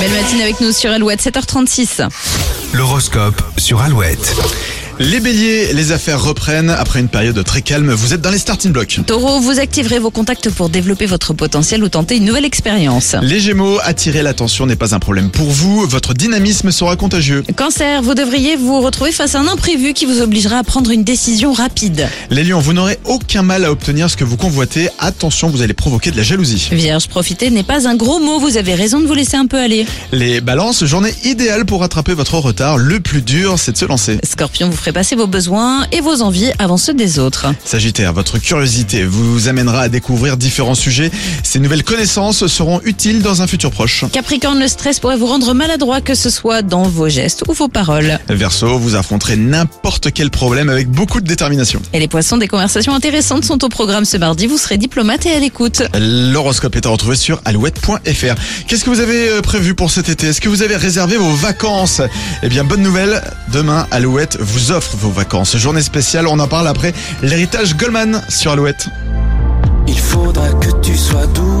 Belle matinée avec nous sur Alouette, 7h36. L'horoscope sur Alouette. Les béliers, les affaires reprennent après une période très calme. Vous êtes dans les starting blocks. Taureau, vous activerez vos contacts pour développer votre potentiel ou tenter une nouvelle expérience. Les gémeaux, attirer l'attention n'est pas un problème pour vous. Votre dynamisme sera contagieux. Cancer, vous devriez vous retrouver face à un imprévu qui vous obligera à prendre une décision rapide. Les lions, vous n'aurez aucun mal à obtenir ce que vous convoitez. Attention, vous allez provoquer de la jalousie. Vierge, profiter n'est pas un gros mot, vous avez raison de vous laisser un peu aller. Les balances, journée idéale pour rattraper votre retard. Le plus dur, c'est de se lancer. Scorpion, vous ferez passer vos besoins et vos envies avant ceux des autres. Sagittaire, votre curiosité vous amènera à découvrir différents sujets. Ces nouvelles connaissances seront utiles dans un futur proche. Capricorne, le stress pourrait vous rendre maladroit, que ce soit dans vos gestes ou vos paroles. Verseau, vous affronterez n'importe quel problème avec beaucoup de détermination. Et les poissons, des conversations intéressantes sont au programme ce mardi, vous serez diplomate et à l'écoute. L'horoscope est à retrouver sur alouette.fr. Qu'est-ce que vous avez euh, prévu pour cet été Est-ce que vous avez réservé vos vacances Eh bien, bonne nouvelle, demain, Alouette vous offre vos vacances. Journée spéciale, on en parle après. L'héritage Goldman sur Alouette. Il faudra que tu sois doux.